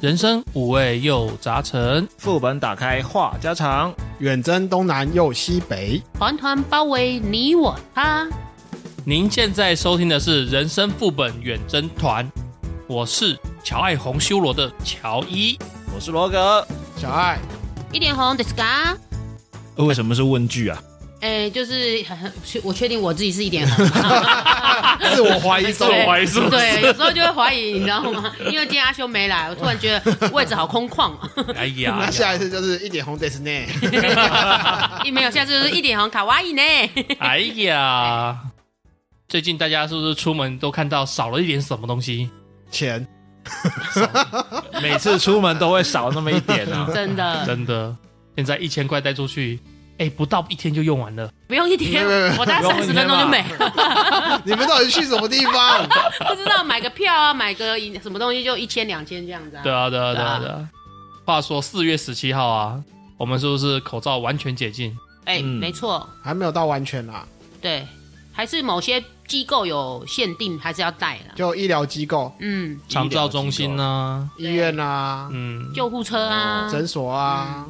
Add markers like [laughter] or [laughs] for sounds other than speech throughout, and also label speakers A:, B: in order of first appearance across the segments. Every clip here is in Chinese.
A: 人生五味又杂陈，
B: 副本打开话家常，
C: 远征东南又西北，
D: 团团包围你我他。
A: 您现在收听的是《人生副本远征团》，我是乔爱红修罗的乔伊。
B: 我是罗格。
C: 小爱，
D: 一点红 d i s c a
B: 为什么是问句啊？
D: 哎，就是 [laughs] 很很确我确定我自己是一点红，
C: 自我怀疑
D: 自
C: 中，
A: 疑是不是
D: 对，有时候就会怀疑，你知道吗？因为今天阿修没来，我突然觉得位置好空旷哦。
A: 哎 [laughs] 呀，
C: 那
A: 哎
C: 下
A: 呀
C: 一次就是一点红 d i s n e
D: 没有，下次就是一点红卡哇伊呢。。
A: 哎呀！最近大家是不是出门都看到少了一点什么东西？
C: [laughs] 钱，
B: 每次出门都会少那么一点啊
C: [laughs]
D: 真的，
A: 真的，现在一千块带出去，哎，不到一天就用完了。
D: 不用一天
C: 没有没有没，有
D: 我大概三十分钟就没了。
C: 你们到底去什么地方？
D: 不知道买个票啊，买个饮什么东西就一千两千这样子啊。
A: 对啊，对啊，
D: 是
A: 对
D: 啊
A: 啊，对啊。话说四月十七号啊，我们是不是口罩完全解禁？
D: 哎、
B: 嗯
D: 没错，
C: 还没有到完全啦，
D: 对，还是某些机构有限定，还是要戴啦。
C: 就医疗机构、
D: 嗯，
A: 长照中心呢、
D: 对
C: 医院啊、
A: 嗯，
D: 救护车啊，
C: 诊所啊，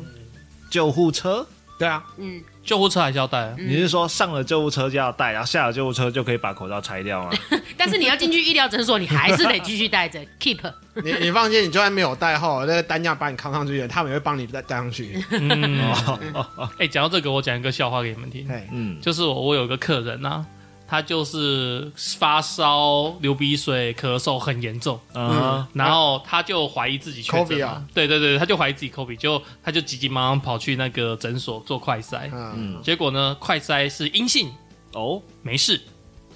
B: 救护车？对啊，
D: 嗯，
A: 救护车还是要带啊。
D: 嗯
B: 你是说上了救护车就要戴，然后下了救护车就可以把口罩拆掉吗？
D: 但是你要进去医疗诊所，你还是得继续戴着 keep。
C: 你你放心，你就算没有带号，那个担架把你扛上去，他们也会帮你带带上去。
A: 嗯，
B: [laughs] 哦
A: 哎，讲到这个，我讲一个笑话给你们听，
C: 嘿，
B: 嗯，
A: 就是我我有个客人啊，他就是发烧、流鼻水、咳嗽很严重，嗯
B: 啊，
A: 然后他就怀疑自己确诊
C: COVID
A: 了
C: 啊。
A: 对对对，他就怀疑自己 COVID，就他就急急忙忙跑去那个诊所做快筛，
C: 嗯，
B: 嗯，
A: 结果呢，快筛是阴性，
B: 哦，
A: 没事。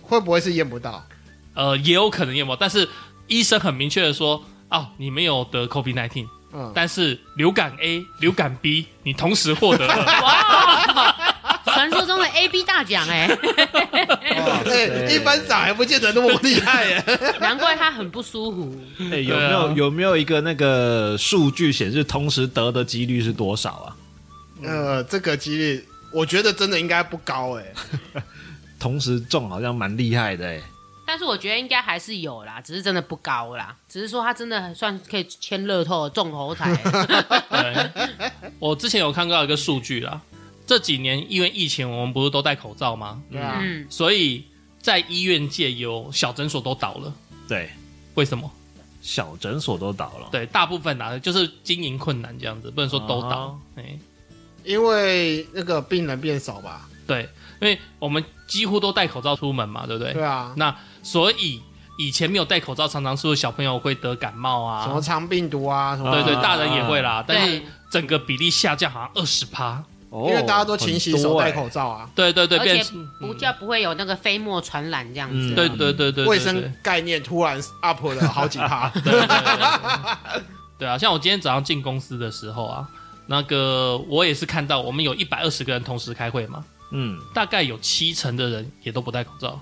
C: 会不会是验不到？
A: 呃，也有可能有没有，但是医生很明确的说，哦，你没有得 COVID 1 9
C: 嗯，
A: 但是流感 A、流感 B 你同时获得
C: [laughs]
A: 了，
D: 传说中的 A B 大奖哎、
C: 哇哎，一般傻还不见得那么厉害耶。
D: [laughs] 难怪他很不舒服。
B: 哎，有没
A: 对
B: 有
A: 啊
B: 有没有一个那个数据显示同时得的几率是多少啊？
C: 呃，这个几率我觉得真的应该不高哎。
B: 同时中好像蛮厉害的哎。
D: 但是我觉得应该还是有啦，只是真的不高啦，只是说他真的很算可以签乐透中头彩、
A: 对， [laughs] 我之前有看到一个数据啦，这几年因为疫情，我们不是都戴口罩吗？
C: 对啊，
D: 嗯，
A: 所以在医院界有小诊所都倒了，
B: 对，
A: 为什么？
B: 小诊所都倒
C: 哦
B: 了。
A: 对，大部分啊，就是经营困难这样子，不能说都倒
B: 哦。
A: 哎、
C: 因为那个病人变少吧？
A: 对，因为我们几乎都戴口罩出门嘛，对不对？
C: 对啊，
A: 那所以以前没有戴口罩，常常是不是小朋友会得感冒
C: 什么
A: 啊？
C: 肠病毒啊，什么
A: [laughs] 对对，
B: 啊
A: 大人也会啦，但是
D: 对，
A: 整个比例下降好像二十趴。
B: 哦，
C: 因为大家都勤洗
B: 很
C: 手、
B: 多哎
C: 戴口罩啊，
A: 对对对，
D: 而
A: 变
D: 且不叫不会有那个飞沫传染这样子。
B: 嗯
A: 对对对对对，
C: 卫
A: 对
C: 生概念突然 up 了好几趴。
A: 欸
C: [laughs]
A: 对对对对 [laughs] 对啊，像我今天早上进公司的时候啊，那个我也是看到我们有一百二十个人同时开会嘛，
B: 嗯，
A: 大概有七成的人也都不戴口罩。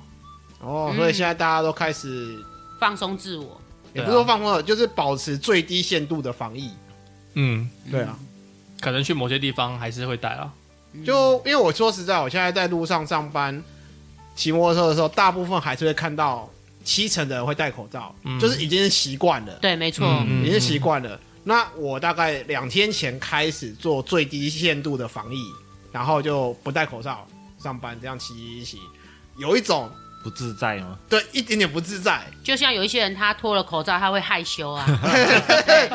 C: 哦，所以现在大家都开始，
A: 嗯
D: 放松自我。
C: 也
A: 对啊
C: 不是说放松了，就是保持最低限度的防疫。
A: 嗯，
C: 对啊，
A: 可能去某些地方还是会戴啊。
C: 就因为我说实在，我现在在路上上班，骑摩托车的时候，大部分还是会看到七成的人会戴口罩，
A: 嗯
C: 就是已经是习惯了，
D: 对，没错。
A: 嗯
C: 已经习惯了。那我大概两天前开始做最低限度的防疫，然后就不戴口罩上班，这样骑一骑，有一种
B: 不自在吗？
C: 对一点点不自在，
D: 就像有一些人他脱了口罩，他会害羞啊。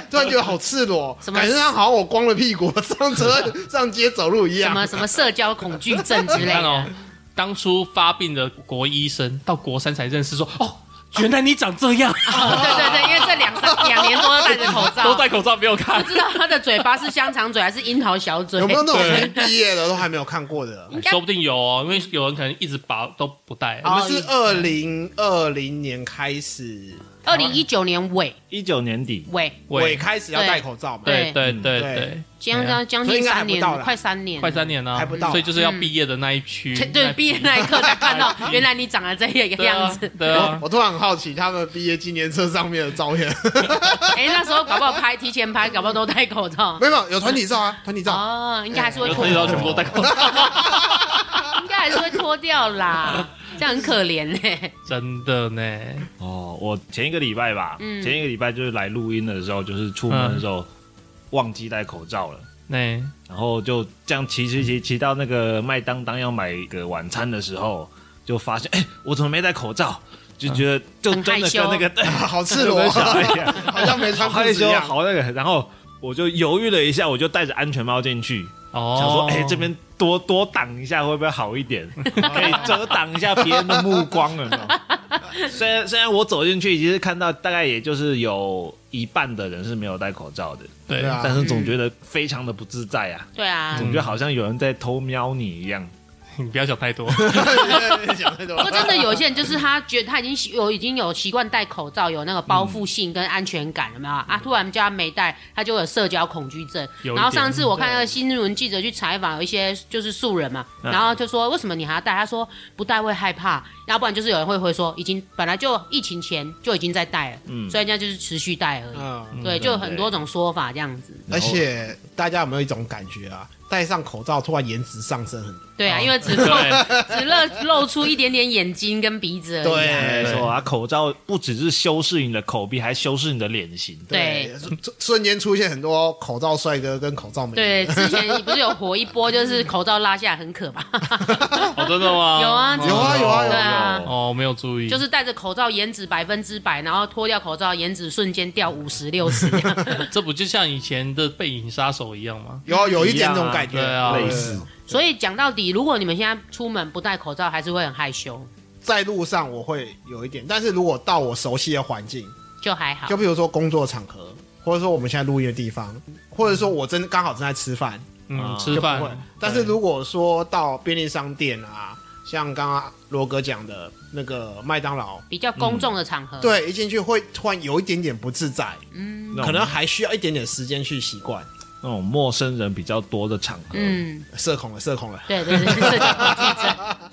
C: 突然觉得好赤裸，
D: 什么
C: 感觉上好像我光了屁股上车上街走路一
D: 什
C: 样。
D: 么什么社交恐惧症之
A: 你
D: 类
A: 看 [laughs] 哦
D: 的，，
A: 当初发病的国医生到国三才认识说，哦，原来你长这
D: [laughs]
A: 样，
D: 哦对对对，因为这两三两年多都戴着口
A: [laughs] 都
D: 罩，
A: 戴口罩没有看
D: 不。知道他的嘴巴是香肠嘴还是樱桃小嘴
C: 有。没有那种已经毕业了都还没有看过的？
D: 应该
A: 说不定有哦，因为有人可能一直把都不戴。
C: 我
D: 哦
C: 们是二零二零年开始，
D: 二零一九年尾
B: 一九年底，
D: 尾，
C: 尾开始要戴口罩嘛？
A: 对对
B: 嗯
A: 对
C: 对
A: 对，
D: 将
A: 对啊
D: 将将
C: 哎所以
D: 近
C: 应该还
D: 三
C: 不
D: 年
C: 到，啦
D: 快三年，
A: 快三。年了，啊
C: 还不到
A: 所以就是要
D: 嗯
A: 毕业的那一区。那
D: 对，
A: 一
D: 毕业那一刻才
C: [laughs]
D: 看到，原来你长得这个
A: 对啊
D: 样子。
A: 对
C: 我
A: 啊，
C: 我突然很好奇他们毕业纪念册上面的照片， [laughs]
D: [laughs] 哎，那时候搞不好拍提前拍，搞不好都戴口罩。
C: 啊没有有团体照啊，团体照。
D: 哦，应该还是会
A: 有
D: 脱
A: 同学
D: 掉
A: 都，全部都戴口罩。
D: 应该还是会脱掉啦。这样很可
C: [laughs]
D: 怜呢。
A: [laughs] 真的呢，
B: 哦，我前一个礼拜吧，
D: 嗯
B: 前一个礼拜就是来录音的时候，就是出门的时候、忘记戴口罩了。
A: 那
B: 然后就这样骑骑骑骑到那个麦当当要买个晚餐的时候，就发现哎、我怎么没戴口罩？就觉得就
D: 很
B: 真的
D: 害羞
B: 跟那个对
C: [laughs] 好赤
B: 就
C: 裸
B: 跟 [laughs]
C: 啊，
B: 小孩一样，
C: [laughs] 好像没
B: 好
C: 穿裤
B: 害
C: 子一
B: 羞，啊
C: 样。
B: 好那个。然后我就犹豫了一下，我就戴着安全帽进去，
A: 哦，
B: 想说哎、这边多多挡一下会不会好一点？可以遮挡一下别人的目光了嘛。虽然虽然我走进去，其实看到大概也就是有一半的人是没有戴口罩的，
A: 对
C: 对啊
B: 但是总觉得非常的不自在啊。
D: 对啊，
B: 总觉得好像有人在偷瞄你一样。
A: 你不要想太多，
C: [laughs] 想太多
D: 不过真的有一些人就是他觉得他已经习有已经有习惯戴口罩，有那个包覆性跟安全感，有没有啊？突然叫他没戴，他就有社交恐惧症。
A: 有一点
D: 然后上次我看那个新闻记者去采访，有一些就是素人嘛，
B: 嗯
D: 然后就说为什么你还要戴？他说不戴会害怕，要不然就是有人会会说已经本来就疫情前就已经在戴了，
B: 嗯
D: 所以人家就是持续戴而已。
C: 嗯，
D: 对，
B: 嗯
D: 就有很多种说法这样子。
C: 而且大家有没有一种感觉啊？戴上口罩突然颜值上升很多，
D: 对
A: 哦
D: 啊，因为只露 [laughs]
A: 对，
D: 只露露出一点点眼睛跟鼻子而已啊、
C: 对
B: 没错啊，口罩不只是修饰你的口鼻，还修饰你的脸型。
D: 对，
C: 瞬 [laughs] 瞬间出现很多口罩帅哥跟口罩美女。
D: 对，之前你不是有火一波，就是口罩拉下来很可怕。
A: 哦，真的吗？
D: [laughs] 有啊
C: 有啊有啊有啊
D: 对啊
A: 哦，我没有注意，
D: 就是戴着口罩，颜值百分之百，然后脱掉口罩，颜值瞬间掉五十六十。
A: 这不就像以前的背影杀手一样吗？
C: 有有一点这种
A: 一样啊
C: 感觉，
B: 对啊类似。
D: [laughs] 所以讲到底，如果你们现在出门不戴口罩，还是会很害羞，
C: 在路上我会有一点，但是如果到我熟悉的环境，
D: 就还好
C: 就。比如说工作场合，或者说我们现在录音的地方，或者说我真刚好正在吃饭，
A: 嗯，
B: 啊
A: 吃
C: 就不会
A: 饭，。
C: 但是如果说到便利商店啊，像刚刚罗哥讲的那个麦当劳，
D: 比较公众的场合，，
C: 嗯对，一进去会突然有一点点不自在，
D: 嗯
B: 那种
C: 可能还需要一点点时间去习惯。
B: 那种陌生人比较多的场合，
D: 嗯，
C: 社恐了，社恐了。
D: 对对对，是的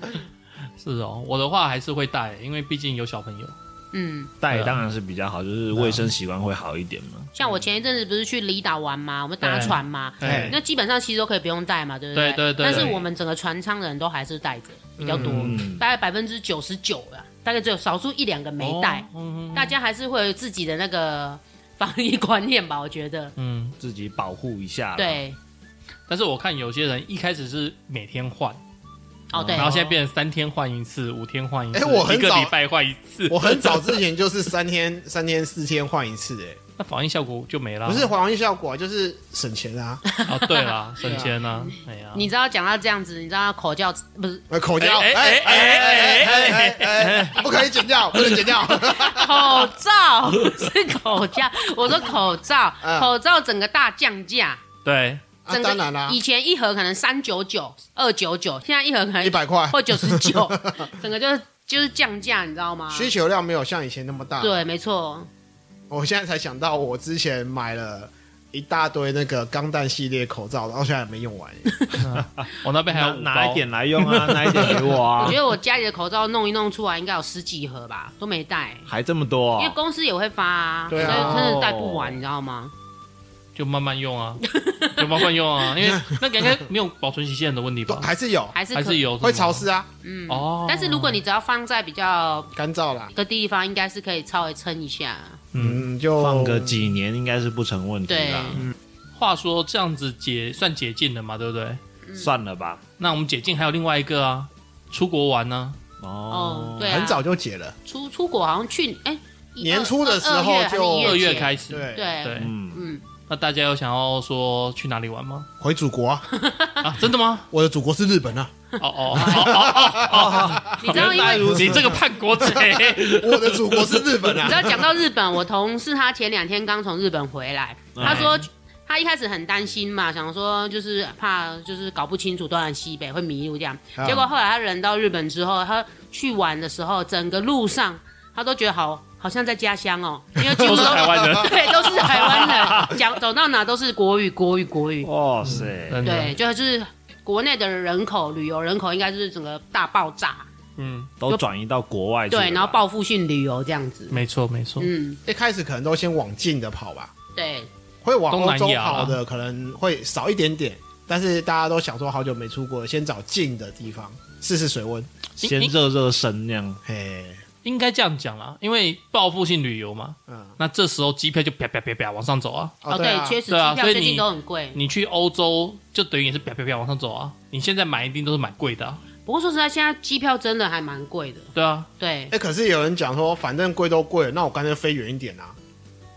A: 是哦，我的话还是会带，因为毕竟有小朋友。
D: 嗯，
B: 戴当然是比较好，就是卫生习惯会好一点嘛。
D: 像我前一阵子不是去离岛玩嘛，我们搭
A: 对
D: 船嘛，
C: 哎
A: 哎，
D: 那基本上其实都可以不用戴嘛，对不对？
A: 对对对
D: 但是我们整个船舱的人都还是戴着，比较多，
B: 嗯
D: 大概百分之九十九了，大概只有少数一两个没戴。
A: 哦，嗯
D: 大家还是会有自己的那个防疫观念吧，我觉得。
A: 嗯，
B: 自己保护一下。，
D: 对，
A: 但是我看有些人一开始是每天换，
D: 哦对
A: 然，后现在变成三天换一次，五天换一次，
C: 哎我很
A: 一个
C: 早
A: 礼拜换一次，
C: 我很早之前就是三天、 [laughs] 三天、四天换一次、欸，
A: [laughs] 那防疫效果就没了。啊
C: 不是防疫效果，啊就是省钱 [laughs] 啊，
A: [laughs] 哦，对啦，省钱啊，哎呀，
D: 嗯你知道讲到这样子，你知道口罩不是
C: 呃口罩，
A: 哎
C: 哎哎
A: 哎
C: 哎
A: 哎
C: 哎哎哎哎，不可以剪掉，不能剪 [laughs] 掉，
D: 口罩是口罩，我说口罩
C: 嗯，
D: 口罩整个大降价，
A: 对，
C: 啊
D: 整个
C: 当然啦
D: 以，前一盒可能三九九、二九九，现在一盒可能
C: 一百块，
D: 或九十
C: [laughs]
D: 九，整个就是就是降价，你知道吗？
C: 需求量没有像以前那么大。，
D: 对，没错，
C: 我现在才想到，我之前买了一大堆那个钢弹系列口罩，然后现在还没用完、欸
A: 我那边还
B: 拿
A: 有五
B: 拿
A: 包
B: 一点来用
D: [laughs]
B: 啊，拿一点给我
D: 我
B: 啊
D: 觉，得我家里的口罩弄一弄出来，应该有十几盒吧，都没戴。
B: 还这么多
D: 因为
B: 啊。
D: 公司也会发啊，所
C: 哦对
D: 以
C: 啊
D: 真的带不完，你知道吗？
A: 就慢慢用啊， [laughs] 就慢慢用啊，因为那个应该没有保存期限的问题
C: 都
A: 吧？
C: 还是有，
D: [laughs] 还是可
A: 啊还是有
C: 会潮湿啊，
D: 嗯
A: 哦
D: 但是如果你只要放在比较
C: 干燥啦
D: 一，个地方，应该是可以稍微撑一下。
C: 嗯，就
B: 放个几年应该是不成问题
D: 对，
B: 啦，
A: 话说这样子解算解禁了嘛，对不对？
B: 算了吧。
A: 那我们解禁还有另外一个啊，出国玩呢、
D: 哦
B: 哦，，
D: 对、啊，
C: 很早就解了，
D: 出出国，好像去哎、一
C: 年初的时候
D: 二二月还是
C: 就
D: 一
A: 二月
D: 前
A: 开始，
C: 对，
D: 对，
A: 对，
B: 嗯，
D: 嗯，
A: 那大家有想要说去哪里玩
D: [laughs]
A: 吗？
C: 回祖国啊，
A: 啊，真的吗？
C: 我的祖国是日本啊，
A: 哦哦哦
D: 你知道因为。
A: 哦，你这个叛国贼！
D: [laughs]
C: 我的祖国是日本
D: 你
C: 啊
D: 知，道讲到日本，我同事他前两天刚从日本回来，
A: 嗯
D: 他说他一开始很担心嘛，想说就是怕就是搞不清楚东南西北会迷路这样。
C: 啊
D: 结果后来他人到日本之后，他去玩的时候，整个路上他都觉得好好像在家乡哦，因为几乎
A: 都是台湾人
D: [laughs] 对，都是台
A: [laughs]
D: 湾人，讲走到哪都是国语，国语，国语。
B: [laughs] 哇塞，
A: 真的，
D: 对，就是国内的人口旅游人口应该是整个大爆炸，
A: 嗯，
B: 都转移到国外去了吧。
D: 对，然后报复性旅游这样子。
A: 没错没错，
D: 嗯，
C: 一开始可能都先往近的跑吧，
D: 对，
C: 会往
A: 东
C: 欧
A: 南
C: 洲
A: 亚啊
C: 跑的可能会少一点点，但是大家都想说好久没出国了，先找近的地方试试水温。
B: 先热热身那
D: [laughs]
B: 样。
C: 嘿，
A: 应该这样讲啦，因为报复性旅游嘛，
C: 嗯，
A: 那这时候机票就啪啪啪啪往上走啊。
D: 哦，
C: 对
D: 对，
C: 啊，
D: 确实机
A: 对啊
D: 票
A: 所以
D: 最
A: 你
D: 近都很贵。
A: 你去欧洲就等于也是啪啪啪往上走啊。你现在买一定都是买贵的、啊，
D: 不过说实在，现在机票真的还蛮贵的。
A: 对啊，
D: 对
C: 哎、，可是有人讲说，反正贵都贵了，那我干脆飞远一点啊。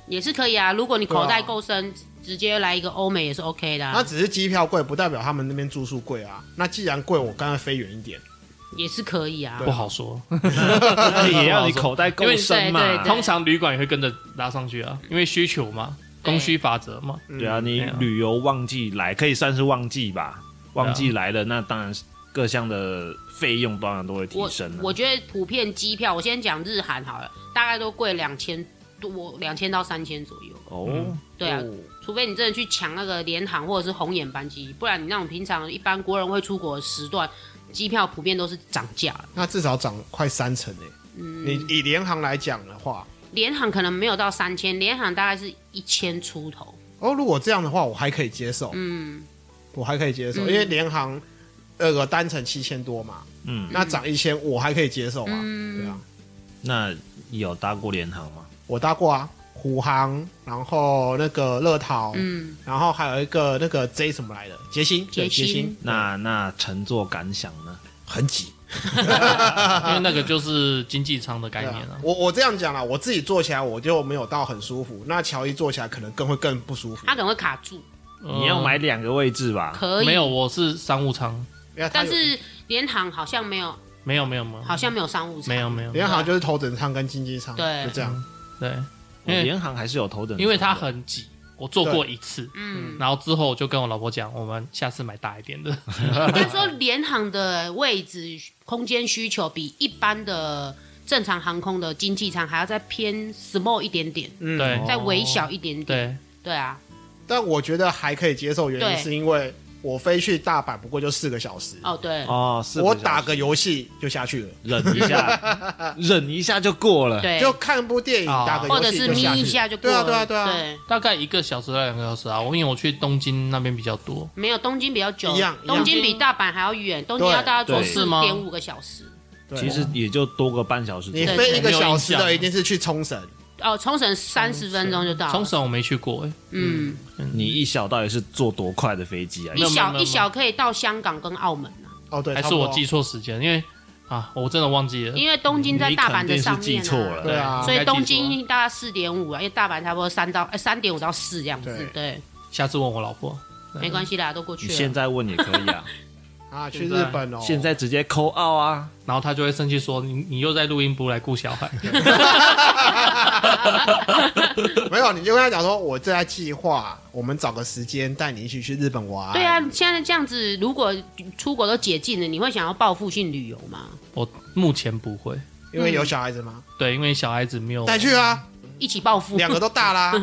D: 也是可以啊。如果你口袋
C: 对啊
D: 够深，直接来一个欧美也是 OK 的、
C: 那
D: 啊，
C: 只是机票贵，不代表他们那边住宿贵啊。那既然贵，我干脆飞远一点。
D: 也是可以啊
C: 对。
A: 不好说。
B: 也要你口袋够深
D: 因为对
B: 嘛
D: 对。
A: 通常旅馆也会跟着拉上去啊，因为需求嘛，供需法则嘛。
B: 对啊，你旅游旺季来可以算是旺季吧，旺季来了，那当然是各项的费用当然都会提
D: 我
C: 啊
B: 升啊了。
D: 我觉得普遍机票，我先讲日韩好了，大概都贵两千多，两千到三千左右。
B: 哦，
D: 对啊，除非你真的去抢那个联航或者是红眼班机，不然你那种平常一般国人会出国的时段，机票普遍都是涨价了。
C: 那至少涨了快三成诶、
D: 嗯
C: 你以联航来讲的话，
D: 联航可能没有到三千，联航大概是一千出头。
C: 哦，如果这样的话，我还可以接受，
D: 嗯，
C: 我还可以接受，
D: 嗯
C: 因为联航那个单程七千多嘛，
B: 嗯，
C: 那涨一千我还可以接受啊，
D: 嗯
C: 对啊，
B: 那有搭过联航吗？
C: 我搭过啊，虎航，然后那个乐桃，
D: 嗯，
C: 然后还有一个那个 J 什么来的，杰星，对
D: 杰星
C: 杰星，
B: 那那乘坐感想呢？
C: 很挤。
A: 因为那个就是经济舱的概念
C: 对
A: 啊
C: 啊。我我这样讲啦，我自己坐起来我就没有到很舒服，那乔伊坐起来可能更会更不舒服
D: 他。可能会卡住，
A: 呃
B: 你要买两个位置吧？哦
D: 可以。
A: 没有，，我是商务舱，
C: 因为它
D: 但
C: 有
D: 是联航好像没有，
A: 没有没有没有
D: 好像没有商务舱。
A: 没有没有，
C: 联航就是头等舱跟经济舱，
D: 对
C: 就这样。
A: 对，因为
B: 联航还是有头等舱的，
A: 因为它很挤，我坐过一次。
D: 嗯，
A: 然后之后我就跟我老婆讲，我们下次买大一点的。 [laughs]
D: 应该说联航的位置空间需求比一般的正常航空的经济舱还要再偏 small 一点点，
C: 嗯
A: 对
B: 哦
D: 再微小一点点。
A: 对，
D: 对啊，
C: 但我觉得还可以接受，原因
D: 对
C: 是因为我飞去大阪不过就四个小时，
D: 哦对
B: 哦，是
C: 我打个游戏就下去了，
B: 忍一
C: [laughs]
B: 下，忍一下就过了。
D: 对，
C: 就看部电影
A: 哦
C: 打个
D: 或者
C: 游戏
D: 是
C: 就
D: 眯
C: 下去
D: 一下就过
C: 对啊
D: 了。
C: 对啊对啊，
D: 对
A: 大概一个小时到两个小时啊。我因为我去东京那边比较多，
D: 没有东京比较久，
C: 一样一样
D: 东京比大阪还要远，东京
C: 对
D: 要大概坐
B: 对
D: 四
A: 是吗
D: 点五个小时。
C: 对
B: 其实也就多个半小时左
C: 你
B: 右。
C: 飞一个
A: 对
C: 小时
A: 没有印
C: 的
A: 象
C: 一定是去冲绳，
D: 哦，冲绳三十分钟就到了。
A: 冲，绳我没去过哎、
D: 嗯，
B: 你一小到底是坐多快的飞机啊？
A: 没
D: 一
A: 有没有
D: 小
A: 没有
D: 一小可以到香港跟澳门啊，
C: 哦对，
A: 还是
C: 差不多
A: 我记错时间，因为啊，我真的忘记了。
D: 因为东京在
B: 你
D: 大阪
B: 肯
D: 的
B: 定是
D: 上
B: 记
D: 面
B: 错
D: 啊。
B: 了，
C: 对啊
D: 所以东
A: 应该
D: 京大概四点五啊，因为大阪差不多三到呃三点五到四这样子，对，
A: 下次问我老婆，
C: 嗯
D: 没关系啦，都过去
B: 你
D: 了。
B: 现在问也可以啊，
C: 啊去日本哦，
B: 现在直接扣二啊，
A: 然后他就会生气说：“你你又在录音部来顾小孩。
C: [laughs] 没有你就跟他讲说，我正在计划，我们找个时间带你一起去日本玩，
D: 对啊，，现在这样子，如果出国都解禁了，你会想要报复性旅游吗？”
A: 我目前不会，
C: 因为有小孩子嘛，
A: 对，因为小孩子没有
C: 带去啊，
D: 一起报复？
C: 两个都大啦，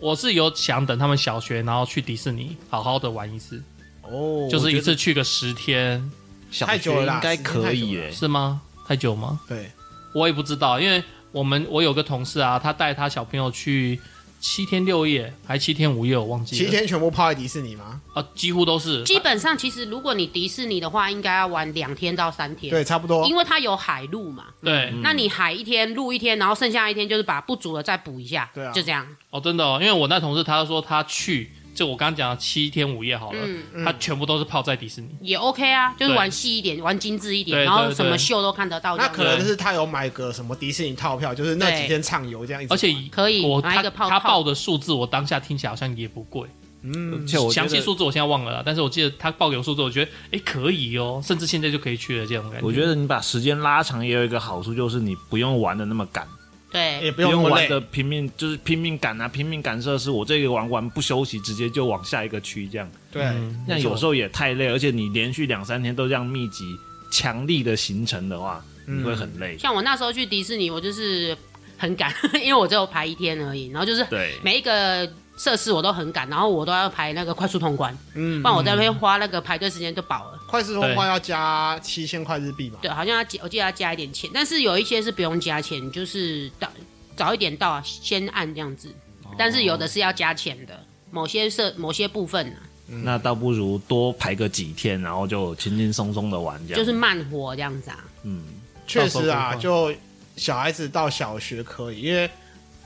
A: 我是有想等他们小学，然后去迪士尼好好的玩一次，
B: 哦
A: 就是一次去个十天，
B: 小
C: 太久
B: 学
C: 了啦
B: 应该可以诶、
A: 是吗？太久吗？
C: 对，
A: 我也不知道，因为我们我有个同事啊，他带他小朋友去七天六夜，还七天五夜，我忘记了。
C: 七天全部泡在迪士尼嘛，
A: 啊，几乎都是。
D: [laughs] 基本上，其实如果你迪士尼的话，应该要玩两天到三天，
C: 对，差不多
D: 因，为它有海陆嘛。
A: 对、
B: 嗯
D: 那你海一天，陆一天，然后剩下一天就是把不足的再补一下，
C: 对啊
D: 就这样。
A: 哦，真的哦，因为我那同事他说他去，就我刚刚讲的七天五夜好了，
D: 嗯
A: 他全部都是泡在迪士
B: 嗯
A: 尼。
D: 也 OK 啊，就是
A: 对
D: 玩细一点，玩精致一点，
A: 对
D: 然后
A: 对
D: 什么
A: 对
D: 秀都看得到这
C: 那
D: 样子。
C: 可能是他有买个什么迪士尼套票，就是那几天畅游这样一直
A: 而
C: 玩，
A: 且
D: 可以
A: 我
D: 拿
A: 他
D: 一个泡
A: 他
D: 泡
A: 报的数字，我当下听起来好像也不贵。
C: 嗯
B: 而且我觉
A: 详细
B: 得，
A: 数字我现在忘了啦，但是我记得他报给我数字，我觉得诶可以哦，甚至现在就可以去了这种感觉。
B: 我觉得你把时间拉长也有一个好处，就是你不用玩的那么赶，
D: 对
C: 也不
B: 不
C: 用那么
B: 玩
C: 累
B: 的拼命就是拼命赶啊，拼命赶设施，我这个玩完不休息，直接就往下一个区这样。
C: 对，
A: 嗯
B: 那
C: 没错
B: 有时候也太累，而且你连续两三天都这样密集、强力的行程的话，
C: 嗯
B: 你会很累。
D: 像我那时候去迪士尼，我就是很赶， [laughs] 因为我只有排一天而已，然后就是
B: 对，
D: 每一个设施我都很赶，然后我都要排那个快速通关，
C: 嗯
D: 不然我在那边花那个排队时间就饱了。
C: 快速通关要加七千块日币嘛，
D: 对，好像要加，我记得要加一点钱，但是有一些是不用加钱，就是到早一点到啊，先按这样子。但是有的是要加钱的，某些设某些部分、啊、
C: 嗯
B: 那倒不如多排个几天，然后就轻轻松松的玩这样。
D: 就是慢活这样子啊。
B: 嗯，
C: 确实
A: 到
C: 啊，
A: 时候规划
C: 就小孩子到小学可以，因为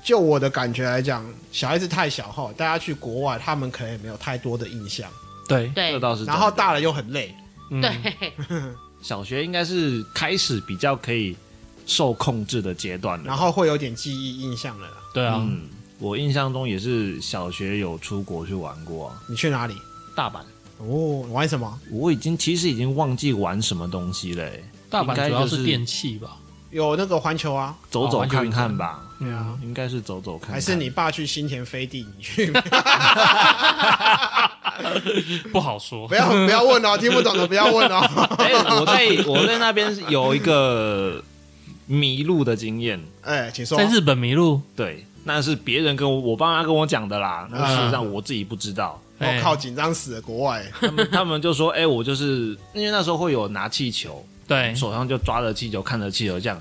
C: 就我的感觉来讲，小孩子太小后，大家去国外，他们可能也没有太多的印象，
A: 对
B: 这
D: 对
B: 倒是真的。
C: 然后大了又很累。
A: 嗯
D: 对，
B: 小学应该是开始比较可以受控制的阶段了。
C: 然后会有点记忆印象了啦。
A: 对啊，
B: 嗯，我印象中也是小学有出国去玩过、啊。
C: 你去哪里？
B: 大阪，
C: 哦，玩什么？
B: 我已经其实已经忘记玩什么东西了、欸
A: 大阪主要
B: 应该就是
A: 是电器吧？
C: 有那个环球啊，
B: 走走看看吧。
A: 对啊，
B: 应该是走走看看，
C: 还是你爸去新田飞地，你去？ [laughs]
A: 不好说
C: 不。要不要问
B: [laughs]
C: 哦，听不懂的不要问哦。 [laughs]
B: 哎、我在我在那边有一个迷路的经验，
C: 哎，请说
A: 在。日本迷路，
B: 对，那是别人跟我我爸妈跟我讲的啦，那事实上我自己不知道。
A: 哎
C: 我靠，紧张死了！国
A: [laughs]
C: 外
B: 他们他们就说，哎、我就是因为那时候会有拿气球，
A: 对，
B: 手上就抓着气球，看着气球这样。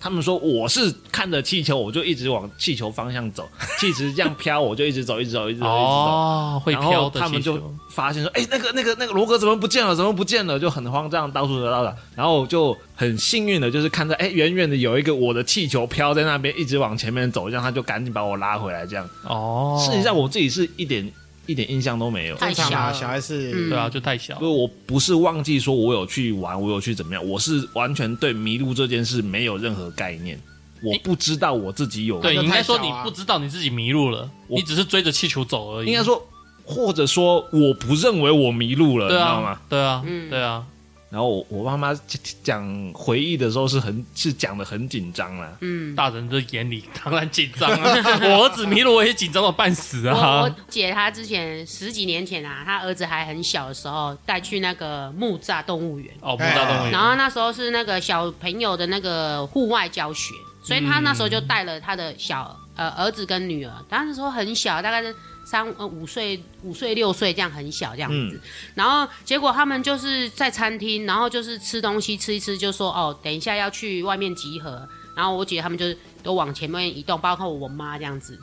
B: 他们说我是看着气球，我就一直往气球方向走，气球这样飘，我就一直走，一直走，一直走，一直走。
A: 哦，会
B: 然后
A: 飘的
B: 他们
A: 气
B: 就
A: 球，
B: 发现说：“哎、那个、那个、那个罗格怎么不见了？怎么不见了？”就很慌张，到处找到了。然后我就很幸运的，就是看到哎、远远的有一个我的气球飘在那边，一直往前面走，这样他就赶紧把我拉回来。这样，
A: 哦，
B: 事实上我自己是一点一点印象都没有。
D: 太
C: 正常
D: 小
C: 啊，
D: 了
C: 小孩是
D: 嗯
A: 对啊，就太小
B: 因为。我不是忘记说我有去玩，我有去怎么样，我是完全对迷路这件事没有任何概念，我不知道我自己有。
A: 对，
C: 就
A: 应该
C: 太
A: 说
C: 小啊
A: 你不知道你自己迷路了，
B: 啊我
A: 你只是追着气球走而已。
B: 应该说，或者说我不认为我迷路了，你
A: 对
B: 知道吗
A: 啊？，对啊，
D: 嗯
A: 对啊，
B: 然后我我爸妈讲回忆的时候是很是讲的很紧张啦，
D: 嗯，
A: 大人的眼里当然紧张啊，
B: [laughs]
A: 我儿子迷路我也紧张到半死
D: 我我
A: 啊。
D: 姐她之前十几年前啊，她儿子还很小的时候带去那个木栅动物园，
A: 哦，不知道动物
D: 然
A: 园，
D: 后那时候是那个小朋友的那个户外教学，所以他那时候就带了他的小呃儿子跟女儿，他那时候很小，大概是三呃五岁五岁六岁这样很小这样子。然后结果他们就是在餐厅，然后就是吃东西吃一吃，就说哦等一下要去外面集合，然后我姐他们就是都往前面移动，包括我妈这样子。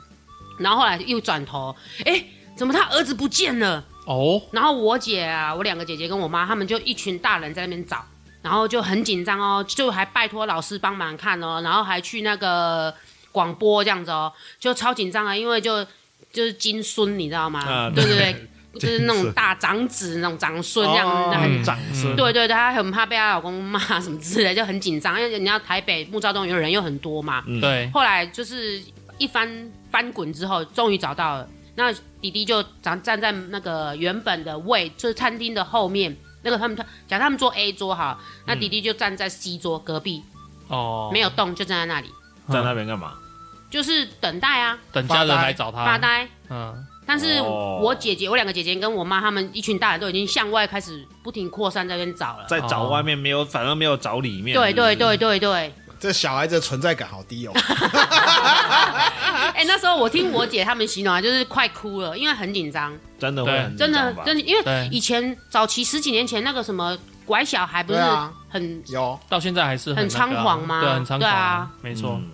D: 然后后来又转头，哎，怎么他儿子不见了？
A: 哦，
D: 然后我姐啊，我两个姐姐跟我妈，他们就一群大人在那边找，然后就很紧张哦，就还拜托老师帮忙看哦，然后还去那个广播这样子哦，就超紧张啊，因为就就是金孙，你知道吗？
B: 啊
D: 对对对，就是那种大长子、那种长孙这样，
C: 哦
D: 很
A: 嗯
B: 掌声
A: 嗯
D: 对对对，她很怕被她老公骂什么之类，就很紧张，因为你知道台北木造动物园人又很多嘛，
B: 嗯
A: 对，
D: 后来就是一翻翻滚之后，终于找到了。那弟弟就站站在那个原本的位，就是餐厅的后面。那个他们，假如他们坐 A 桌哈，那弟弟就站在 C 桌隔壁，
A: 哦，
D: 没有动，就站在那里，
B: 在那边干嘛？
A: 嗯
D: 就是等待啊，
A: 等家人来找他，
D: 发呆。
A: 嗯，
D: 但是
B: 哦
D: 我姐姐，我两个姐姐跟我妈，他们一群大人都已经向外开始不停扩散在那边找了。
B: 在嗯找外面没有，反正没有找里面。
D: 对
B: 是不
D: 对
B: 是
D: 对，对对，
C: 这小孩子的存在感好
A: [laughs]
C: 低哦。
D: 哎、那时候我听我姐他们形容啊，就是快哭了，因为很紧张。
B: 真的会
A: 对
B: 很
D: 真的
B: 紧张吧
D: 真的，因为
A: 对
D: 以前早期十几年前那个什么拐小孩不是
C: 对啊
D: 很
C: 有，
A: 到现在还是那个啊
D: 很猖狂吗
A: 对，很猖
D: 对
A: 狂
D: 啊，
A: 没错，
B: 嗯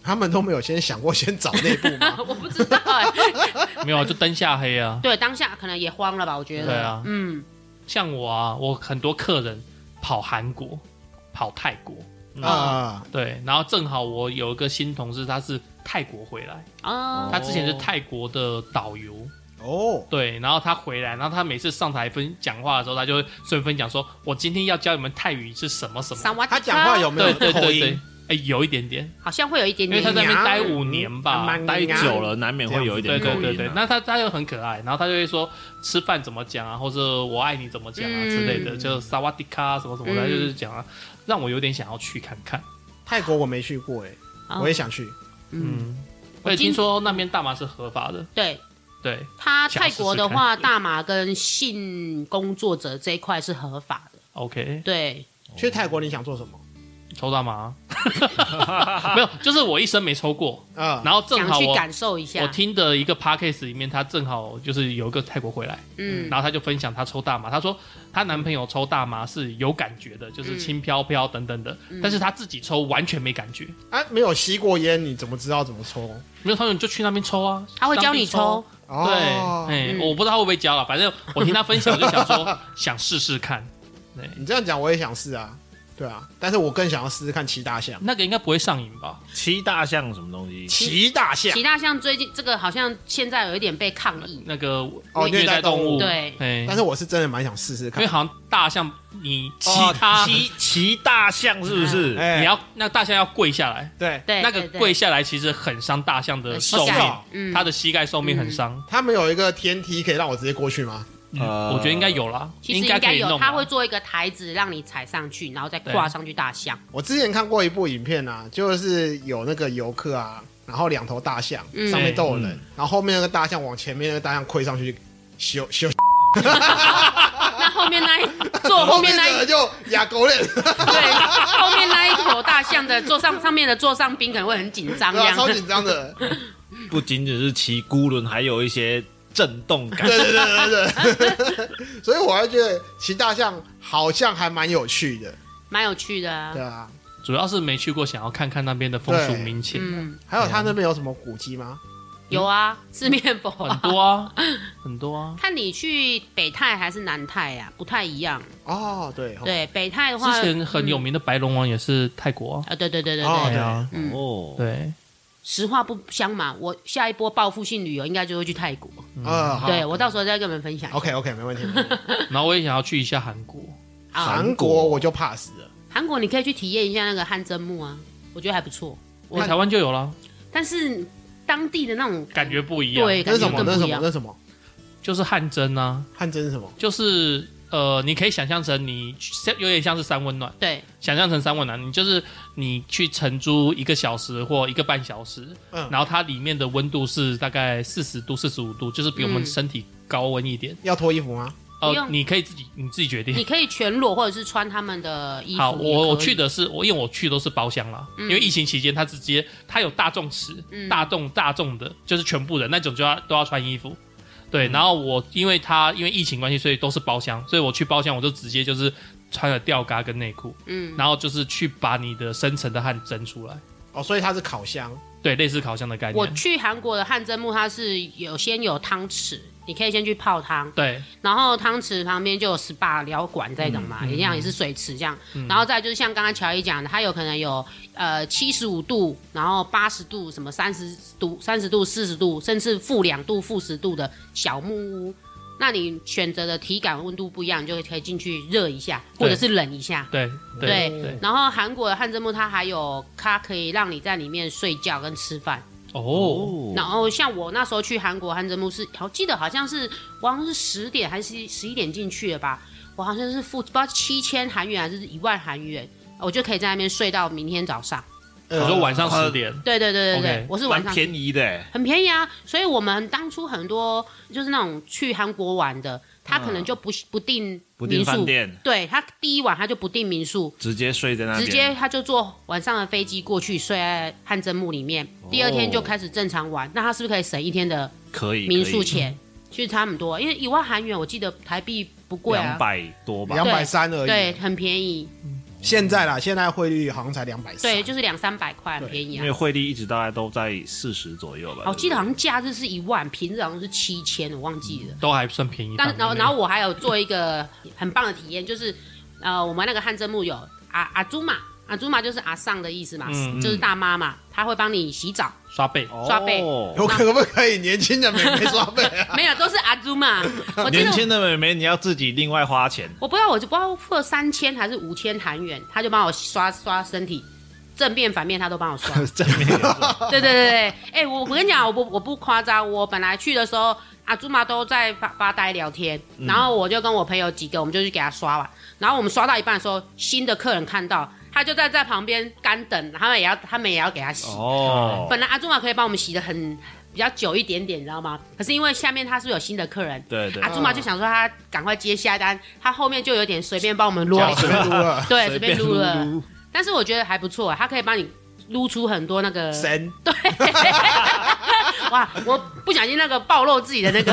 C: 他们都没有先想过先找内部吗？
A: [laughs] 哦
D: [laughs] 我不知道哎，
A: 没有啊就灯下黑啊。
D: 对，当下可能也慌了吧，我觉得。
A: 对啊
D: 嗯，
A: 像我啊，我很多客人跑韩国、跑泰国，哦
C: 啊，
A: 对，然后正好我有一个新同事，他是泰国回来，
D: 哦，
A: 他之前是泰国的导游，
C: 哦，
A: 对，然后他回来，然后他每次上台分讲话的时候，他就会顺便分享说，我今天要教你们泰语是什么什么，
D: 三瓦
C: 他讲话有没
A: 对
C: 有
A: 对
C: 口
A: 对对
C: 音？，
A: 哎，有一点点，
D: 好像会有一点
A: 因为
D: 点
A: 他在那边
C: 娘
A: 待五年吧，
C: 嗯
B: 待久了难免会有一点
A: 对
B: 口
A: 对对
B: 音啊
A: 对，那他他又很可爱，然后他就会说吃饭怎么讲
B: 嗯
A: 啊，或者我爱你怎么讲啊
D: 嗯
A: 之类的，就萨瓦迪卡什么什么的，
D: 嗯
A: 就是讲啊，让我有点想要去看看。
C: 泰国我没去过哎，
D: 哦
C: 我也想去。
D: 嗯，
A: 嗯，我也听说那边大麻是合法的，
D: 对
A: 对，
D: 他泰国的话，大麻跟性工作者这一块是合法的。
A: OK，
D: 对，
C: 去泰国你想做什么？
A: 抽大麻， [laughs] 没有，就是我一生没抽
D: [laughs]
A: 过，
C: 啊，
A: 然后正
D: 想
A: 好
D: 去
A: 我
D: 感受一
A: 我
D: 下。
A: 听的一个 podcast 里面，他正好就是有一个泰国回来，
D: 嗯
A: 然后他就分享他抽大麻，他说她男朋友抽大麻是有感觉的，
D: 嗯
A: 就是轻飘飘等等的，但是他自己抽完全没感觉。
C: 啊，没有吸过烟，你怎么知道怎么抽？
A: 没有，他们就去那边抽啊。
D: 他会教你
A: 当地抽
D: 抽，
C: 哦
A: 对，哎、
D: 嗯
A: 我不知道他会不会教了，反正我听他分享，我就想说想试试看。对，
C: 你这样讲我也想试啊，对啊，但是我更想要试试看骑大象，
A: 那个应该不会上瘾吧？
B: 骑大象什么东西？
C: 骑大象
D: 其，他像最近这个好像现在有一点被抗议，
A: 那个
C: 哦
A: 虐
C: 虐
A: 待
C: 待
A: 动
C: 动
A: 物，
C: 物
D: 对
A: 哎，
C: 但是我是真的蛮想试试
A: 因为
C: 看。
A: 好像大象你骑
B: 哦
A: 它，
B: 骑骑大象是不是？
C: 哎
A: 你要那大象要跪下来，
C: 对，
D: 对，
A: 那个
D: 对对
A: 跪下来其实很伤大象的
D: 呃
A: 寿
D: 膝
A: 命
D: 盖
C: 哦，
D: 嗯，
A: 它的膝盖寿命很伤。
C: 他们有一个天梯可以让我直接过去吗？
A: 嗯
B: 呃
A: 我觉得应该有啦，
D: 嗯其实
A: 该
D: 应
A: 可
D: 该
A: 以
D: 有，
A: 弄啦。啊
D: 他会做一个台子让你踩上去，然后再跨上去大象。
C: 我之前看过一部影片啊，就是有那个游客啊，然后两头大象、
D: 嗯
C: 上面都有人，
B: 嗯
C: 然后后面那个大象往前面那个大象推上去，修修，
D: 那后
C: [laughs]
D: 面那一坐后面那
C: 的
D: 一
C: 人就哑狗
D: [laughs]
C: 脸，
D: 对，后面那一口大象的坐上上面的座上宾可能会很紧
C: [laughs]
D: 张
C: 对
D: 这
C: 啊，
D: 样。
C: 超紧张的，对
B: 不仅仅是骑孤轮，还有一些震动感。
C: 对对对对
D: [laughs]
C: 对，所以我还觉得骑大象好像还蛮有趣的，
D: 蛮有趣的啊
C: 对。啊，
A: 主要是没去过，想要看看那边的风俗民情，
D: 嗯，
C: 还有他那边有什么古迹吗？
D: 有啊，四面佛
A: 很
D: 啊。
A: 多啊，很多啊。
D: 看你去北泰还是南泰呀、不太一样。
C: 哦，对，哦
D: 对，北泰 [laughs] 的话，
A: 之前很有名的白龙王也是泰国啊，
D: 啊，对对对对对，
C: 哦对
A: 啊，
D: 嗯
B: 哦，
A: 对，
D: 实话不相瞒，我下一波报复性旅游应该就会去泰国。
C: 呃，
D: 对我到时候再跟你们分享。
C: ，OK OK，没问题，没问题
A: 然后我也想要去一下韩国，
D: 啊，
C: 韩国我就 pass 了，
D: 韩国你可以去体验一下那个汗蒸木啊，我觉得还不错。
A: 我台湾就有了，
D: 但是当地的那种
A: 感觉不一样，
D: 对
C: 那
D: 感
C: 是
D: 觉
C: 什么？
D: 更
C: 那是
D: 不
C: 什
D: 一
C: 么？
D: 样
C: 那。是什么？
A: 就是汗蒸啊，
C: 汗蒸是什么？
A: 就是呃，你可以想象成你像有点像是三温暖，
D: 对，
A: 想象成三温暖，你就是你去承租一个小时或一个半小时，
C: 嗯
A: 然后它里面的温度是大概四十度、四十五度，就是比我们
D: 嗯
A: 身体高温一点。
C: 要脱衣服吗？
D: 不
A: 呃，
D: 用
A: 你可以自己你自己决定
D: 你。可以全裸或者是穿他们的衣服也可以。
A: 好，我我去的是我，因为我去都是包厢啦，因为疫情期间他直接他有大众池，
D: 嗯
A: 大众大众的，就是全部人那种就要都要穿衣服。
D: 嗯
A: 对，然后我因为他因为疫情关系，所以都是包厢，所以我去包厢我就直接就是穿了吊嘎跟内裤，
D: 嗯，
A: 然后就是去把你的深层的汗蒸出来，
C: 哦，所以它是烤箱，
A: 对，类似烤箱的概
D: 我
A: 念。
D: 去韩国的汗蒸木，它是有先有汤池，你可以先去泡汤，
A: 对，
D: 然后汤池旁边就有 SPA 疗馆这种嘛，一样也是水池这样。然后再就是像刚刚乔伊讲的，它有可能有呃七十五度，然后八十度，什么三十度、三十度、四十度，甚至负两度、负十度的小木屋。那你选择的体感温度不一样，你就可以进去热一下，或者是冷一下。
A: 对，
D: 对
A: 对，
D: 然后韩国的汗蒸木，它还有它可以让你在里面睡觉跟吃饭。
A: 哦，
D: 然后像我那时候去韩国汗蒸木是，好记得好像是我好像是十点还是十一点进去的吧，我好像是付不知道七千韩元还是一万韩元，我就可以在那边睡到明天早上。
A: 你
C: 呃
A: 说晚上十点，
D: [laughs] 对对对对对
A: OK，
D: 我是晚
B: 蛮
D: 上
B: 便宜的欸，
D: 很便宜啊，所以我们当初很多就是那种去韩国玩的，他可能就不嗯不订
B: 不订
D: 民
B: 饭
D: 宿，
B: 店，
D: 对他第一晚他就不订民宿，
B: 直接睡在那边。
D: 直接他就坐晚上的飞机过去睡在汗蒸木里面，第二天就开始正常玩，那他是不是可以省一天的
B: 可以
D: 民宿钱，其实差很多，因为一万韩元，我记得台币不贵
B: 两
D: 啊，
B: 百多吧
C: 两，百三而已。
D: 对，很便宜，
C: 现在啦，现在汇率好像才两百三。
D: 对，就是两三百块，很便宜
B: 因
D: 啊
B: 为。汇率一直大概都在四十左右吧。
D: 我哦记得好
B: 对不
D: 像假日是一万，平日好像是七千，我忘记了。
B: 嗯
A: 都还算便宜。
D: 但然后然
A: 后
D: 后我还有做一个很棒的体验，就是呃，我们那个汗蒸木有阿阿朱玛，阿朱玛就是阿上的意思嘛，
A: 嗯
D: 就是大妈嘛，她会帮你洗澡，
A: 刷背，
B: 对
D: 刷背
B: 哦
C: 有可不可以年轻的妹妹刷
D: [laughs]
C: 背啊？
D: 没有都是阿朱玛。我记
B: 年
D: 得
B: 轻的妹妹，你要自己另外花钱。
D: 我不知道，我就不知道付了三千还是五千韩元，她就帮我刷刷身体，正面反面她都帮我刷。
B: 正
A: [laughs]
B: 面也是
D: 对对对对，哎、我我跟你讲，我不我不夸张，我本来去的时候，阿朱玛都在发发呆聊天，然后我就跟我朋友几个，我们就去给他刷完，然后我们刷到一半的时候，新的客人看到，他就在在旁边干等，他们也要他们也要给他洗。
B: 哦，
D: 本来阿朱玛可以帮我们洗的很比较久一点点，你知道吗？可是因为下面他是有新的客人。
B: 对对
D: 阿，朱玛就想说他赶快接下单，他后面就有点随便帮我们撸
C: 我 [laughs] 随便撸了，
D: [laughs] 对，随便撸了。
B: 撸
D: 但是我觉得还不错，他可以帮你撸出很多那个
C: 神
D: [laughs] 对，哇，我不小心那个暴露自己
A: [laughs]
D: 的那个，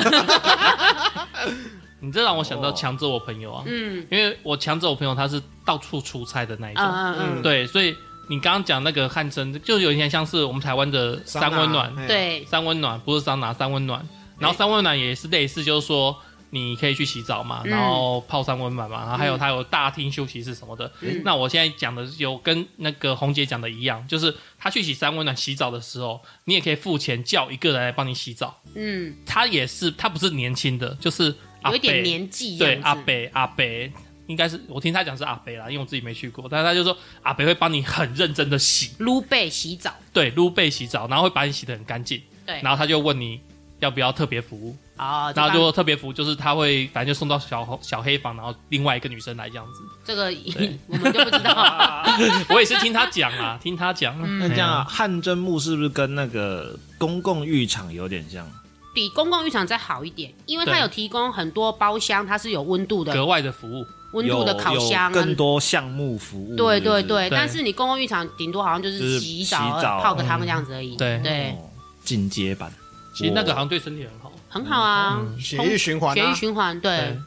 A: 你这让我想到强制我朋友啊，
D: 嗯
A: 因为我强制我朋友他是到处出差的那一
D: 嗯
A: 种，
D: 嗯
A: 对，所以你刚刚讲那个汗蒸，就有点像是我们台湾的三温暖，
C: 桑拿
D: 嗯，
C: 嘿
D: 对，
A: 三温暖不是桑拿，三温暖。然后三温暖也是类似，就是说你可以去洗澡嘛，
D: 嗯
A: 然后泡三温暖嘛，然后还有
D: 嗯
A: 它有大厅休息室什么的。
D: 嗯
A: 那我现在讲的有跟那个红姐讲的一样，就是她去洗三温暖洗澡的时候，你也可以付钱叫一个人来帮你洗澡。
D: 嗯，
A: 她也是，她不是年轻的，就是阿
D: 有一点
A: 伯
D: 年纪这
A: 对
D: 样子
A: 阿北阿北，应该是我听他讲是阿北啦，因为我自己没去过，但是他就说阿北会帮你很认真的洗，
D: 撸背洗澡，
A: 对，撸背洗澡，然后会把你洗得很干净，
D: 对，
A: 然后他就问你要不要特别服务，
D: 哦，
A: 然后
D: 帮
A: 就特别服务就是他会反正就送到小红小黑房，然后另外一个女生来这样子，
D: 这个
A: 对
D: [laughs] 我们就不知道，
A: 我也是听他讲啊，听他讲，
B: 那
A: 那
B: 这样啊，汗蒸幕是不是跟那个公共浴场有点像？
D: 比公共浴场再好一点，因为它
A: 对
D: 有提供很多包厢，它是有温度的，
A: 格外的服务，
D: 温度的
B: 有
D: 烤箱，
B: 有
D: 啊
B: 更多项目服务。
D: 对
B: 是不
D: 对
B: 是
A: 对
D: 对，但是你公共浴场顶多好像就
B: 就是
D: 是洗啊
B: 洗澡
D: 泡个汤这样子而已。
A: 对
D: 对，
B: 哦进阶版。
A: 其实那个好
B: 我
A: 像对身体很好，
D: 很好啊，
B: 嗯
C: 血液循环
D: 血
C: 啊
D: 液，循环。对，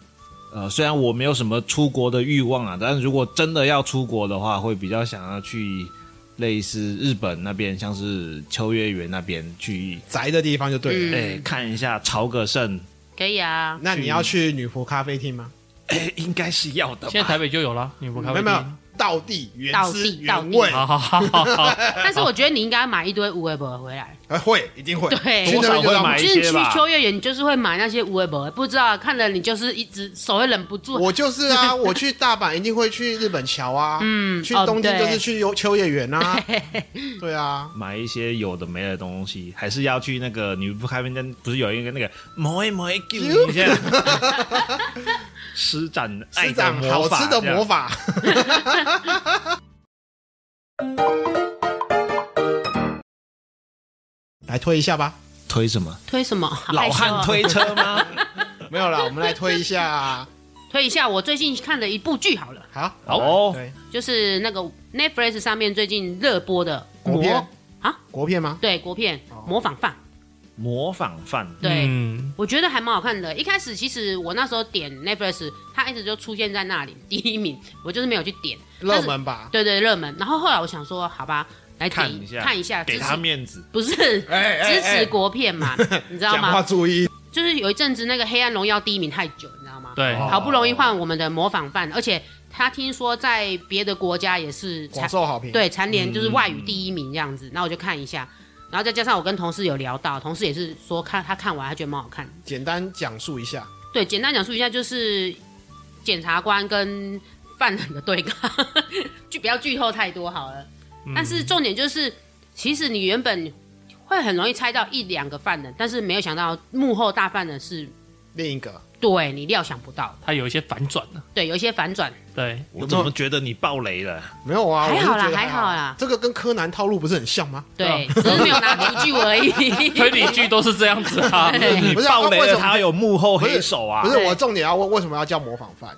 B: 呃，虽然我没有什么出国的欲望啊，但是如果真的要出国的话，会比较想要去类似日本那边，像是秋叶原那边去，
C: 宅的地方就对了。
D: 嗯
B: 哎、看一下朝个圣，
D: 可以
B: [laughs]
D: 啊。
C: 那你要去女仆咖啡厅吗？
B: 哎应该是要的吧。
A: 现在台北就有了女仆
C: 没
A: 咖
C: 有
A: 啡
C: 没有
A: 厅，，
C: 道地原
D: 道
C: 汁
D: 地道
C: 原
D: 地
C: 味，
A: 好好好好好，
D: 但是我觉得你应该买一堆无为博回来。
C: 呃会一定会，
D: 对
C: 去
B: 多
C: 那边就知
B: 少
C: 道
B: 会买
D: 就
B: 一
D: 是你
B: 些
D: 去
B: 吧
D: 秋叶原，你就是会买那些无为博，不知道看着你就是一直手会忍不住。
C: 我就是啊，我去大阪一定会去日本桥啊，
D: 嗯
C: 去
D: 哦
C: 东京就
D: 对
C: 是去秋秋叶原
D: [laughs]
C: 啊，对啊，
B: 买一些有的没的东西，还是要去那个女仆咖啡店，不是有一个那个摩一摩一 Q 一
C: [laughs]
B: 下，施展爱
C: 施
B: 的
C: 展好
B: 魔法，
C: 吃的魔
B: 法。
C: 法。 [laughs] 来推一下吧，
B: 推什么？
D: 推什么？
B: 老
D: 害羞
B: 汉
D: 啊
B: 推车
D: [laughs]
B: 吗？
C: 没有啦，我们来推一下。
D: 推一下我最近看的一部剧好了，
C: [laughs] 好，
A: 好
B: 哦，
C: 对，
D: 就是那个 Netflix 上面最近热播的
C: 国片哦
D: 啊，
C: 国片吗？
D: 对国片《模仿犯》，
B: 模仿犯，
D: 对，
A: 嗯
D: 我觉得还蛮好看的。一开始其实我那时候点 Netflix，它一直就出现在那里第一名，我就是没有去点。
C: 热门吧？
D: 对对，热门。然后后来我想说，好吧，来
B: 看
D: 点
B: 一下，
D: 看一下，
B: 给
D: 支
B: 他
D: 持
B: 面子。
D: 不是
C: 哎
D: 支持国片
C: [laughs]
D: 嘛，你知道
C: 讲话
D: 吗？
C: 注意，
D: 就是有一阵子那个《黑暗荣耀》第一名太久，你知道吗？
A: 对
B: 哦
D: 好不容易换我们的模仿犯，而且他听说在别的国家也是
C: 广
D: 蝉
C: 受好评。，
D: 对蝉联就是
A: 嗯
D: 外语第一名这样子。那我就看一下，然后再加上我跟同事有聊到，同事也是说看他看完他觉得蛮好看的。
C: 简单讲述一下，
D: 对，简单讲述一下，就是检察官跟犯人的对抗， [laughs] 就不要剧透太多好了。
A: 嗯
D: 但是重点就是，其实你原本会很容易猜到一两个犯人，但是没有想到幕后大犯人是
C: 另一个
D: 对你料想不到的。
A: 它有一些反转的，
D: 对，有一些反转，
A: 对，
B: 我怎么觉得你爆雷了？
C: 没有啊，
D: 还
C: 我是
D: 好啦
C: 觉得啊
D: 还好啦
C: 这个跟柯南套路不是很像吗？
D: 对，只是没有拿出据而已。
A: 哦 [laughs] 推理剧都是这样子啊，
D: 对
B: 你
C: 不是啊
B: 爆雷
C: 为什
B: 了，
C: 么
B: 他有幕后黑手啊
C: 不！是，
D: 对
C: 我重点要问为什么要叫模仿犯？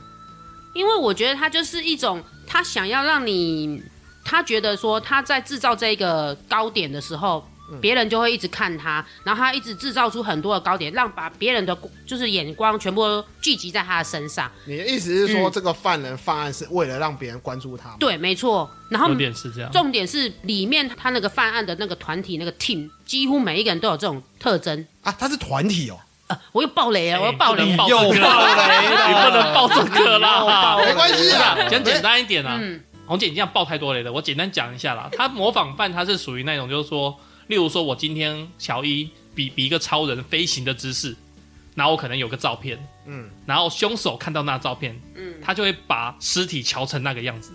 D: 因为我觉得他就是一种，他想要让你，他觉得说他在制造这个糕点的时候，别人就会一直看他，然后他一直制造出很多的糕点，让把别人的就是眼光全部都聚集在他的身上。
C: 你的意思是说，
D: 嗯
C: 这个犯人犯案是为了让别人关注他吗？
D: 对，没错。然后
A: 有点是这样，
D: 重点是里面他那个犯案的那个团体那个 team，几乎每一个人都有这种特征。
C: 啊，他是团体哦，
D: 呃，我又爆雷了，我又爆雷
A: 你
D: 了。
A: 不能爆这个
B: 又爆雷了
A: 啦，你不能爆这个
B: 又爆
A: 啦
B: 雷。
C: 没关系啊，
A: 讲简单一点啊，
D: 嗯，
A: 红姐你这样爆太多雷了，我简单讲一下啦。他模仿犯他是属于那种，就是说，例如说我今天小一比比一个超人飞行的姿势，然后我可能有个照片，
C: 嗯，
A: 然后凶手看到那照片，
D: 嗯，
A: 他就会把尸体瞧成那个样子，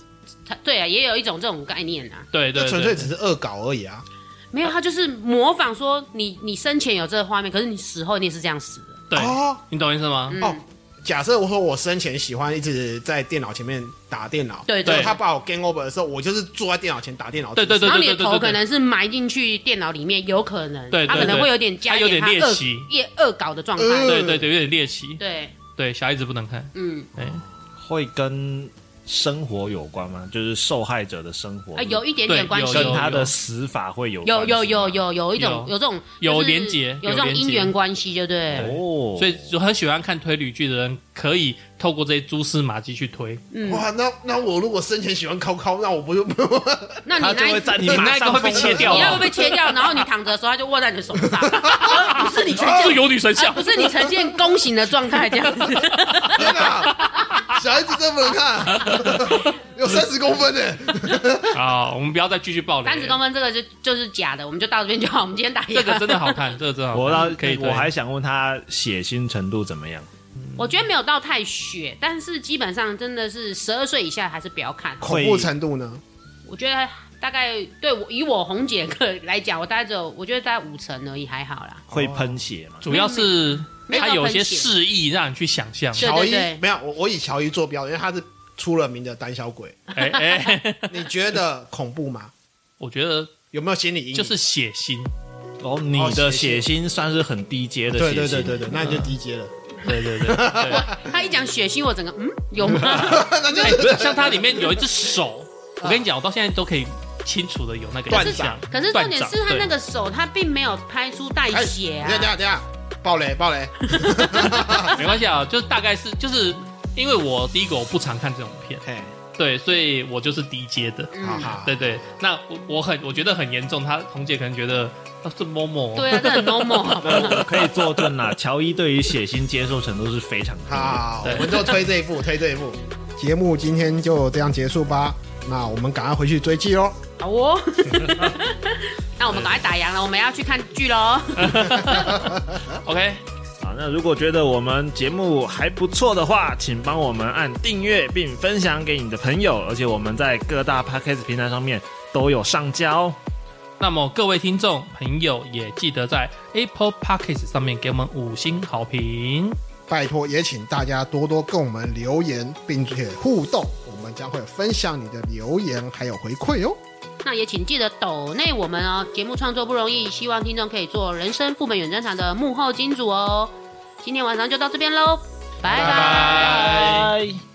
D: 他对啊，也有一种这种概念啊。
A: 对对对，
C: 这纯粹
A: 对
C: 只是恶搞而已啊。
D: 没有，他就是模仿说你你生前有这个画面，可是你死后你也是这样死的。
A: 对，
C: 哦
A: 你懂我意思吗？
D: 嗯
C: 哦，假设我说我生前喜欢一直在电脑前面打电脑，
D: 对
C: 结
A: 对
C: 果他把我 game over 的时候，我就是坐在电脑前打电脑，
A: 对对对
D: 然后你的
A: 对
D: 头
A: 对
D: 可能是埋进去电脑里面，有可能，
A: 对对
D: 他可能
A: 对
D: 会有点加
A: 他有点
D: 他
A: 猎
D: 恶
A: 奇
D: 也恶搞的状态。
C: 呃
A: 对对对，有点猎奇，
D: 对，
A: 对，小孩子不能看，
D: 嗯，
A: 对，
B: 会跟生活有关吗？就是受害者的生活
D: 啊，有一点点
A: 对
D: 关系
A: 有，
B: 跟他的死法会有
D: 有
B: 关
D: 有
B: 系吗
D: 有有有一种
A: 有
D: 有这种
A: 有
D: 就是
A: 连结
D: 有
A: 有
D: 这种
A: 连
D: 因
A: 结
D: 缘关系，对不对？
B: 哦，
A: 所以就很喜欢看推理剧的人，可以透过这些蛛丝马迹去推。
D: 嗯，
C: 哇，那那我如果生前喜欢考考，那我不就 [laughs]
D: 那你
B: 他就
D: 那
B: 会
D: 一
B: 在
A: 你
B: 马
A: 那
B: 上
A: 个会被
B: 封
A: 切
B: 锁
A: 掉
D: 你那
A: 啊
D: 会被切掉，然后你躺着的时候，他就握在你的手上，而不是你呈
A: 是
D: 现，
A: 有女神
D: 而
A: 像
D: 啊不，是你呈现弓形的状态这样子。
C: 天哪！小孩子真不能看，有三十公分呢。
A: 啊，我们不要再继续爆雷。
D: 三十公分啊这个就就是假的，我们就到这边就好。我们今天打
A: 这个
D: 烊，
A: 真的好看，这个真的好看。
B: 我倒
A: 可以推，
B: 我还想问他血腥程度怎么样？
D: 我觉得没有到太血，但是基本上真的是十二岁以下还是不要看。
C: 恐怖程度呢？
D: 我觉得大概对我以我红姐个来讲，我大概只有我觉得大概五成而已，还好
C: [laughs]
D: 啦。
B: 会喷血吗？
A: 主要是
D: 没有
A: 它
D: 到
A: 有一
D: 喷
A: 些
D: 血
A: 示意让你去想象。
D: 对
C: 乔伊
D: 对
C: 没有，我我以乔伊做标，因为他是出了名的胆小鬼。
A: 哎哎，
C: 你觉得恐怖吗？
A: 我觉得
C: 有没有心理阴影？
A: 就是血
D: [laughs]
A: 腥，
B: 哦，你的血腥算是很低阶的血腥，
C: 对对对对对，那你就低阶了。
A: 对对对对。
D: 她一讲血腥，我整个嗯有
C: [laughs]
D: 吗？
C: 那就
A: 哎
C: 是
A: 像它里面有一只手，我跟你讲，我到现在都可以清楚的有那个
C: 断
A: 印象
C: 掌。
D: 可是重点是
A: 断掌
D: 她那个手，她并没有拍出带
C: 哎
D: 血啊
C: 等一下等。一下等一下，暴雷暴雷，
A: 对没关系啊，就大概是就是因为我第一个我不常看这种片，
C: 嘿，
A: 对，所以我就是低阶的。
C: 好
D: 嗯，
C: 好，
A: 对对，那我我很我觉得很严重，他红姐可能觉得啊这某某
D: 对啊，这
C: [laughs]
D: 很 normal 好不好
B: 我 [laughs] 可以作证啦，乔伊对于血腥接受程度是非常低的。
C: 好，
A: 对
C: 我们就推这一部，推这一部。节目今天就这样结束吧，那我们赶快回去追剧喽。
D: 好哦， [laughs] 那我们赶快打烊了，我们要去看剧喽。
A: OK，
B: 好，啊那如果觉得我们节目还不错的话，请帮我们按订阅并分享给你的朋友，而且我们在各大 podcast 平台上面都有上架哦。
A: 那么各位听众朋友也记得在 Apple p o c k e t 上面给我们五星好评。
C: 拜托，也请大家多多跟我们留言，并且互动，我们将会分享你的留言还有回馈哦。
D: [laughs] 那也请记得抖内我们哦，节目创作不容易，希望听众可以做人生副本远征场的幕后金主哦。今天晚上就到这边喽，拜拜
A: 拜拜
B: 拜。